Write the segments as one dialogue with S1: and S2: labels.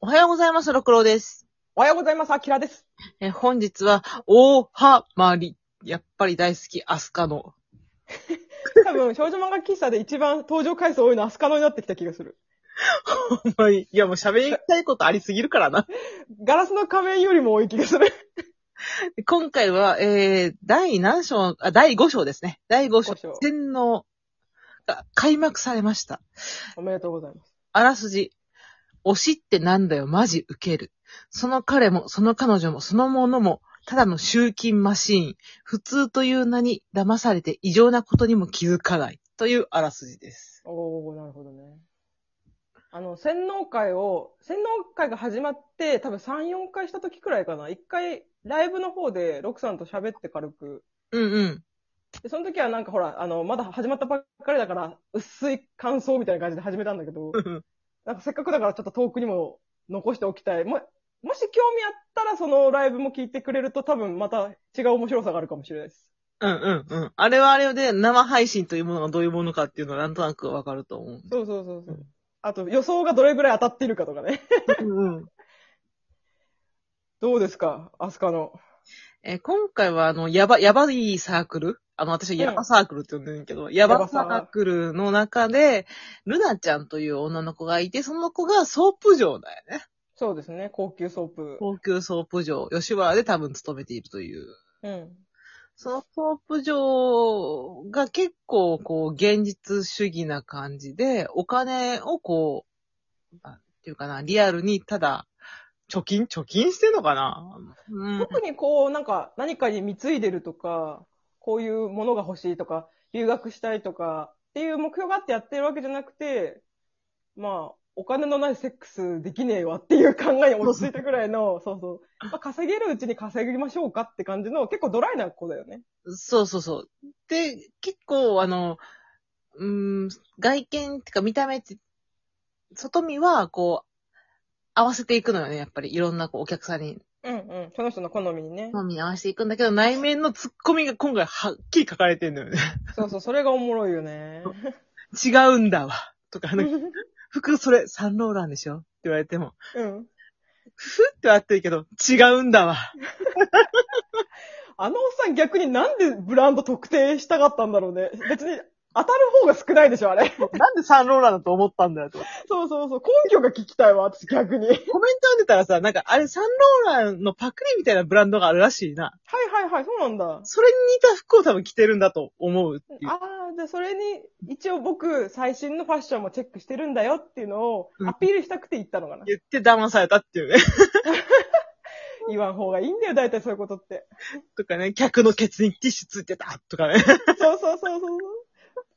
S1: おはようございます、六郎です。
S2: おはようございます、アキラです。
S1: えー、本日は、大はまり。やっぱり大好き、アスカの。
S2: 多分、少女漫画喫茶で一番登場回数多いのはアスカノになってきた気がする。
S1: ほんまに。いや、もう喋りたいことありすぎるからな。
S2: ガラスの仮面よりも多い気がする。
S1: 今回は、えー、第何章、あ、第5章ですね。第5章
S2: 五章、
S1: 天皇が開幕されました。
S2: おめでとうございます。
S1: あらすじ。推しってなんだよ、マジウケる。その彼も、その彼女も、そのものも、ただの集金マシーン。普通という名に騙されて異常なことにも気づかない。というあらすじです。
S2: おー、なるほどね。あの、洗脳会を、洗脳会が始まって、多分3、4回した時くらいかな。1回、ライブの方で、ロクさんと喋って軽く。
S1: うんうん。
S2: で、その時はなんかほら、あの、まだ始まったばっかりだから、薄い感想みたいな感じで始めたんだけど、なんかせっかくだからちょっと遠くにも残しておきたい。も、もし興味あったらそのライブも聞いてくれると多分また違う面白さがあるかもしれないです。
S1: うんうんうん。あれはあれで生配信というものがどういうものかっていうのはなんとなくわかると思う。
S2: そうそうそうそうう。あと予想がどれぐらい当たっているかとかね。
S1: うんうん
S2: どうですかアスカの。
S1: えー今回はあの、やば、やばいサークルあの、私はやばサークルって呼んでるんだけど、やばサークルの中で、ルナちゃんという女の子がいて、その子がソープ嬢だよね。
S2: そうですね。高級ソープ。
S1: 高級ソープ嬢、吉原で多分勤めているという。
S2: うん。
S1: そのソープ嬢が結構こう現実主義な感じで、お金をこう、なんていうかな、リアルにただ、貯金貯金してんのかなうん。
S2: 特にこう、なんか何かに貢いでるとか、こういうものが欲しいとか、留学したいとかっていう目標があってやってるわけじゃなくて、まあ、お金のないセックスできねえわっていう考えに落ち着いたくらい の、そうそう。まあ、稼げるうちに稼ぎましょうかって感じの結構ドライな子だよね。
S1: そうそうそう。で、結構あの、うん、外見っていうか見た目って、外見はこう、合わせていくのよね、やっぱり。いろんなこうお客さんに
S2: うんうん。その人の好みにね。
S1: 好みに合わせていくんだけど、内面のツッコミが今回はっきり書かれてんのよね。
S2: そうそう、それがおもろいよ ね。
S1: 違うんだわ。とか、あ
S2: う
S1: の、
S2: ん。
S1: 服それサンローランでしょって言われても、
S2: うん
S1: ふふっては合ってるけど、違うんだわ。
S2: あのおっさん逆になんでブランド特定したかったんだろうね。別に当たる方が少ないでしょ、あれ。
S1: なんでサンローランだと思ったんだよと。コメ
S2: そうそうそう。根拠が聞きたいわ、私逆に。はい
S1: ント読んでたらさ、なんかあれサンローランのパクリみたいなブランドがあるらしいな。
S2: はいはい、そうなんだ。
S1: それに似た服を多分着てるんだと思うっていう。
S2: ああ、で、それに、一応僕、最新のファッションもチェックしてるんだよっていうのを
S1: うん
S2: アピールしたくて言ったのかな。
S1: 言って騙されたっていうね。
S2: 言わん方がいいんだよ、大体そういうことって。
S1: とかね、客のケツにティッシュついてたとかね。
S2: そうそうそうそうそう。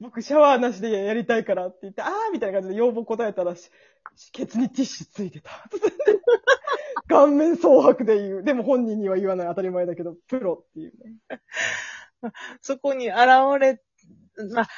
S2: 僕、シャワーなしでやりたいからって言って、あーみたいな感じで要望答えたらし、ケツにティッシュついてた。 顔面蒼白で言う。でも本人には言わない当たり前だけど、プロっていうね。
S1: そこに現れ、まあ、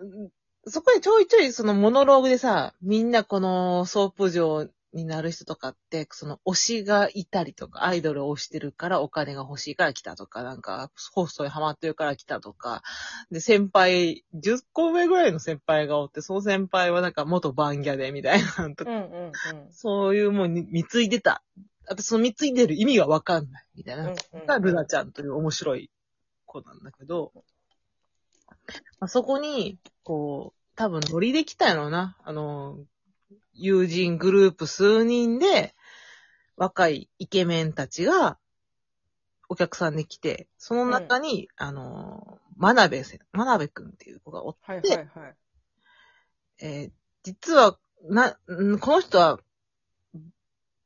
S1: うんそこにちょいちょいそのモノローグでさ、みんなこのソープ嬢になる人とかって、その推しがいたりとか、アイドルを推してるからお金が欲しいから来たとか、なんかホストにハマってるから来たとか、で、先輩、10個上ぐらいの先輩がおって、その先輩はなんか元バンギャでみたいなのとか、
S2: うんうん
S1: そういうもうに貢いでた。私その貢いでる意味がわかんないみたいな。
S2: うん
S1: がルナちゃんという面白い子なんだけど、まあ、そこに、こう、多分乗りできたのな。あの、友人グループ数人で、若いイケメンたちが、お客さんで来て、その中に、あの、真鍋せ、真鍋くんっていう子がおっ
S2: はいはいはい。
S1: えー実は、な、んこの人は、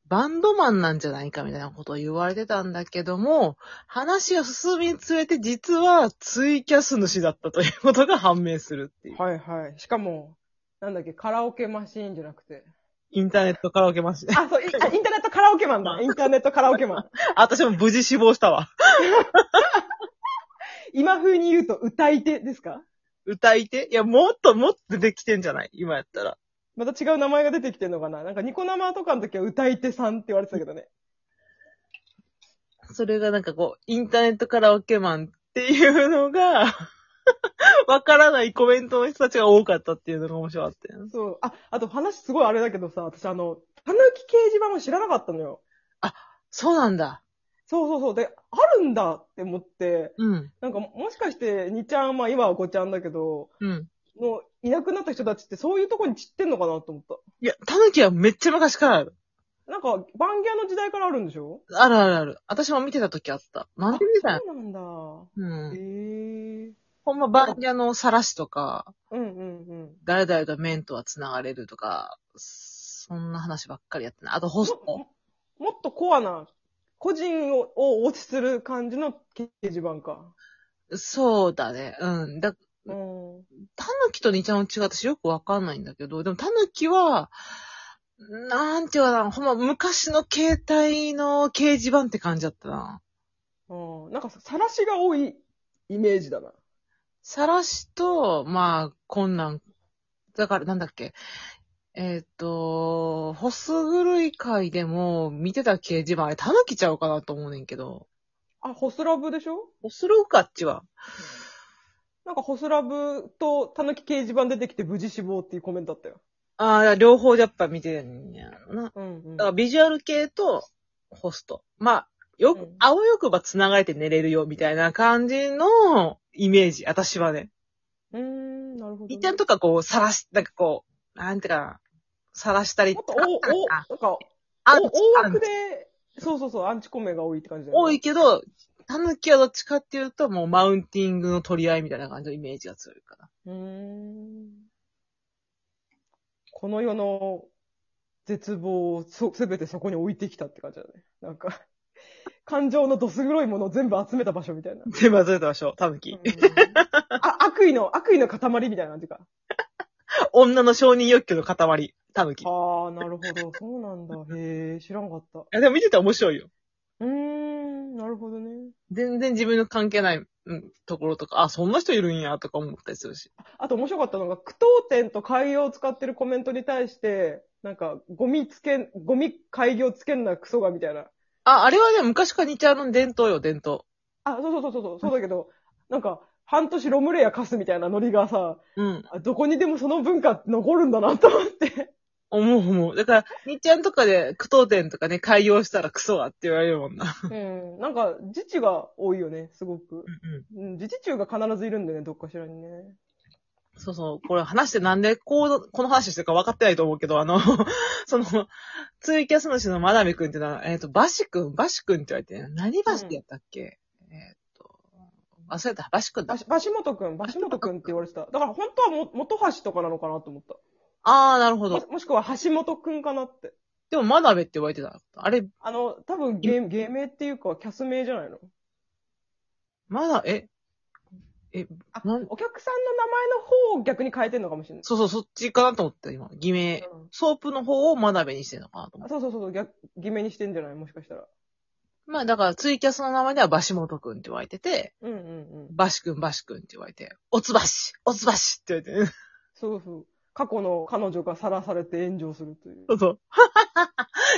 S1: バンドマンなんじゃないかみたいなことを言われてたんだけども、話が進みにつれて実はツイキャス主だったということが判明するっていう。
S2: はいはい。しかも、なんだっけ、カラオケマシーンじゃなくて。
S1: インターネットカラオケマシン。
S2: あ、そう、いあインターネットカラオケマンだ。インターネットカラオケマン。
S1: あ私も無事死亡したわ。
S2: 今風に言うと、歌い手ですか
S1: 歌い手いや、もっともっと出てきてんじゃない今やったら。
S2: また違う名前が出てきてんのかななんかニコ生とかの時は歌い手さんって言われてたけどね。
S1: それがなんかこう、インターネットカラオケマンっていうのが、 わからないコメントの人たちが多かったっていうのが面白かったよ。
S2: そう。あ、あと話すごいあれだけどさ、私あの、たぬき掲示板も知らなかったのよ。
S1: そうなんだ。
S2: そうそうそう。で、あるんだって思って、
S1: うん。
S2: なんかもしかして2ちゃん、まあ今は5ちゃんだけど、
S1: うん。
S2: のいなくなった人たちってそういうとこに散ってんのかなと思っ
S1: いや、タヌキはめっちゃ昔からある。
S2: た。なんか、バンギャの時代からあるんでしょ
S1: あるあるある。私も見てた時あった。なんで見てたんや
S2: そうなんだ。
S1: うん。
S2: へえ。
S1: ほんま、バンギャのさらしとか、
S2: うんうんうん。
S1: 誰々と面とは繋がれるとか、そんな話ばっかりやってない。あと、ホスト。
S2: ももっとコアな、個人をを推しする感じの掲示板か。
S1: そうだね。うん。だ、
S2: うん。
S1: タヌキとニちゃんの違い私よくわかんないんだけど、でもタヌキは、なんていうかな、ほんま昔の携帯の掲示板って感じだったな。
S2: うん、なんかさ、晒しが多いイメージだな。
S1: さらしと、まあ、困難。だから、なんだっけ。えっ、と、ホス狂い会でも見てた掲示板、あれタヌキちゃうかなと思うねんけど。
S2: あ、ホスラブでしょ
S1: ホスローかっちは。
S2: なんかホスラブとたぬき掲示板出てきて無事死亡っていうコメントだったよ。
S1: ああ、両方やっぱ見てるんやろな。
S2: うんうん
S1: だからビジュアル系とホスト。まあ、よ
S2: う
S1: く
S2: ん、
S1: あわよくば繋がれて寝れるよ、みたいな感じのイメージ、私はね。
S2: うーん、なるほど、ね。
S1: 一旦とかこう、さらし、なんかこう、なんていうかな、さらしたり
S2: もっと、お、お、
S1: あ
S2: なんか、
S1: あ
S2: お
S1: ん
S2: 大
S1: あん
S2: 枠で、そうそうそう、アンチコメが多いって感じだよね
S1: 多い。けど、タヌキはどっちかっていうと、もうマウンティングの取り合いみたいな感じのイメージが強いかな。
S2: うーん。この世の絶望をそすべてそこに置いてきたって感じだね。なんか、 感情のどす黒いものを全部集めた場所みたいな。
S1: で、まずれた場所、タヌキ。
S2: あ、悪意の、悪意の塊みたいな感じか。
S1: 女の承認欲求の塊、タヌキ。い
S2: ああ、なるほど。そうなんだ。へえ、知らんかった。
S1: や、でも見てたら面白いよ。
S2: うーん、なるほどね。
S1: 全然自分の関係ないうんところとか、あ、そんな人いるんや、とか思ったりするし。
S2: あと面白かったのが、句読点と開業を使ってるコメントに対して、なんか、ゴミつけん、ゴミ開業つけんなクソがみたいな。
S1: あ、あれはね、昔からニチャーの伝統よ、伝統。
S2: あ、そうそうそうそう、そうだけど、なんか、半年ロムレア貸すみたいなノリがさ、
S1: うん。
S2: あどこにでもその文化残るんだなと思って。
S1: 思う思う。だから、ニチャーとかで、苦闘点とかね、開業したらクソだって言われるもんな。
S2: うん。なんか、自治が多いよね、すごく。
S1: うんうん。
S2: うん、自治中が必ずいるんだよね、どっかしらにね。
S1: そうそう。これ話してなんでこう、この話してるか分かってないと思うけど、あの、 その、ツイキャス主のマダミ君っていうのは、えっ、と、バシ君、バシ君って言われて、何バシってやったっけ、えっ、と、忘れた、バシ君だ
S2: ば。し、ばしもとくん、ばしもとくんって言われてた。だから本当はも、元橋とかなのかなと思った。
S1: あー、なるほど。
S2: ももしくは橋本くんかなって。
S1: でも、マダベって言われてた。あれ、
S2: あの、多分芸、芸名っていうか、キャス名じゃないの
S1: まだ、え、え、なん
S2: お客さんの名前の方を逆に変えてんのかもしれない。
S1: そうそう、そっちかなと思った、今。偽名。
S2: うん
S1: ソープの方を真鍋にしてるのかなと思
S2: あ
S1: っ
S2: そうそうそうそう、逆、偽名にしてんじゃないもしかしたら。
S1: て。まあだからツイキャスの名前ではバシモトくんって言われてて、
S2: うんうんうん。
S1: バシくんバシくんって言われて、おつばしおつばしって言われて、
S2: そうそう。過去の彼女がさらされて炎上するという。
S1: そうそう。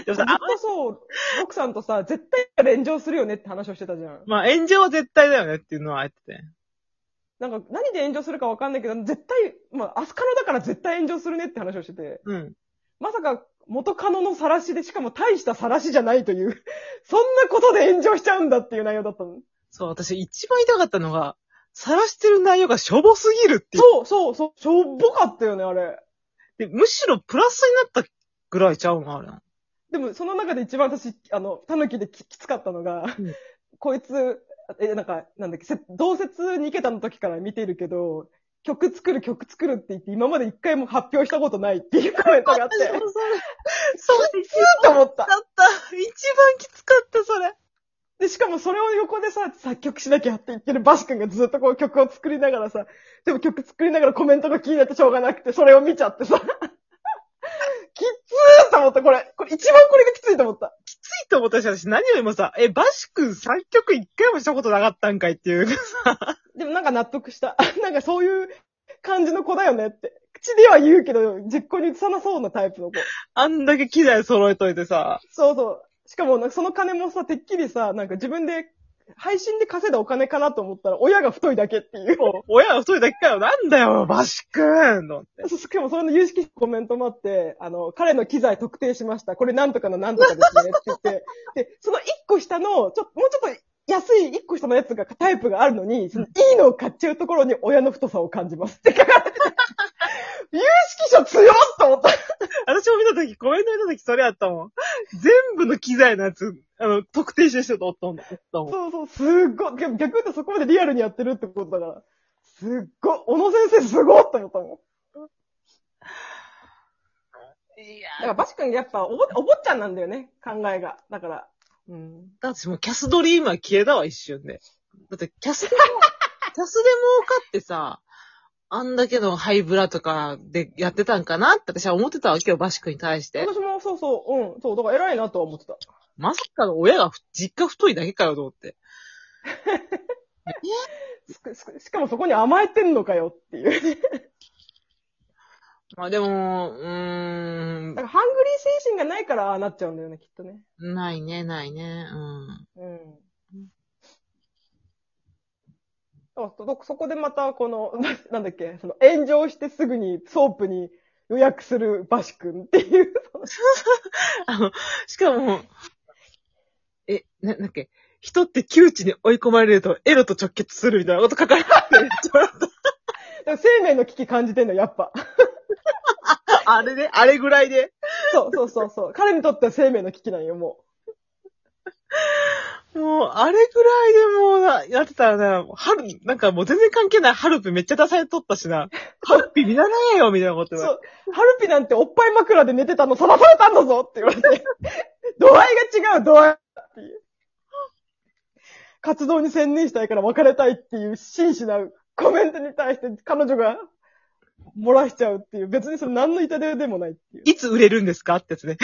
S1: でも
S2: ず
S1: さ、
S2: っ
S1: あ
S2: とそう、奥さんとさ、絶対炎上するよねって話をしてたじゃん。
S1: まあ炎上は絶対だよねっていうのはあえてて。
S2: なんか、何で炎上するかわかんないけど、絶対、まあ、アスカノだから絶対炎上するねって話をしてて、
S1: うん。
S2: まさか、元カノの晒しで、しかも大した晒しじゃないという、 そんなことで炎上しちゃうんだっていう内容だったの。
S1: そう、私一番痛かったのが、晒してる内容がしょぼすぎるっていう。
S2: そう、そう、そう、しょぼかったよね、あれ。
S1: でむしろプラスになったぐらいちゃうのあれな。
S2: でも、その中で一番私、あの、狸でききつかったのが、
S1: うん
S2: こいつ、え、なんか、なんだっけ、せ同説に行けたの時から見てるけど、曲作る、曲作るって言って、今まで一回も発表したことないっていうコメントがあって、
S1: そう
S2: う
S1: そう。そう、
S2: ーと思った。
S1: った。一番きつかった、それ。
S2: で、しかもそれを横でさ、作曲しなきゃって言ってるバシ君がずっとこう曲を作りながらさ、でも曲作りながらコメントが気になってしょうがなくて、それを見ちゃってさ、き つーと思った、これ。これ一番これがきついと思った。
S1: いいと思ったし、私何よりもさ、え、バシ君作曲一回もしたことなかったんかいっていう。
S2: でもなんか納得した。 なんかそういう感じの子だよねって。口では言うけど、実行に移さなそうなタイプの子。
S1: あんだけ機材揃えといてさ。
S2: そうそう。しかも、その金もさ、てっきりさ、なんか自分で配信で稼いだお金かなと思ったら、親が太いだけっていう。
S1: 親はそれだけかよ。なんだよ、バシ君と思って。
S2: しかもそれの有識者コメントもあって、あの、彼の機材特定しました。これなんとかのなんとかですねって言って。で、その1個下の、ちょ、もうちょっと安い1個下のやつが、タイプがあるのに、そのいいのを買っちゃうところに親の太さを感じますって書かれてて。有識者強っと思った。
S1: 私も見たとき、コメント見たときそれやったもん。全部の機材のやつ、あの、特定してる人とおったもん。おったもん
S2: そうそう、すっごい。逆に言うとそこまでリアルにやってるってことだから。すっごい。小野先生すごいと思ったもん。
S1: い
S2: だか
S1: や
S2: ら、バシ君やっぱおぼ、お坊ちゃんなんだよね。考えが。だから。うん。
S1: 私もうキャスドリームは消えたわ、一瞬で。だって、キャスでも、 キャスで儲かってさ、あんだけのハイブラとかでやってたんかなって私は思ってたわけよ、バシ君に対して。
S2: 私もそうそう、うん、そう、だから偉いなとは思ってた。
S1: まさかの親が実家太いだけかよ、と思って。
S2: すくすくしかもそこに甘えてんのかよっていう。 だ
S1: まあでも、うーん
S2: か、らハングリー精神がないからああなっちゃうんだよね、きっとね。
S1: ないね、ないね、うん。
S2: うん。だからそそこでまた、この、 なんだっけ、その炎上してすぐにソープに予約するバシ君っていう。
S1: あの、 しかも、え、な、なんだっけ、人って窮地に追い込まれるとエロと直結するみたいなこと書か れてる。
S2: だから生命の危機感じてんの、やっぱ。
S1: あれね、あれぐらいで。
S2: そうそうそうそう。彼にとっては生命の危機なんよ、も
S1: もう、あれぐらいでもうな、やってたらな、春、なんかもう全然関係ないハルピめっちゃ出されとったしな、ハルピ見習えよみたいなこと
S2: う。
S1: 言
S2: そ
S1: われて
S2: う。ハルピなんておっぱい枕で寝てたの、さらされたんだぞって言われて。 度合いが違う、度合いっていう。活動に専念したいから別れたいっていう真摯なコメントに対して彼女が漏らしちゃうっていう、別にそれ何の痛手でもないっていう。
S1: いつ売れるんですかってやつね。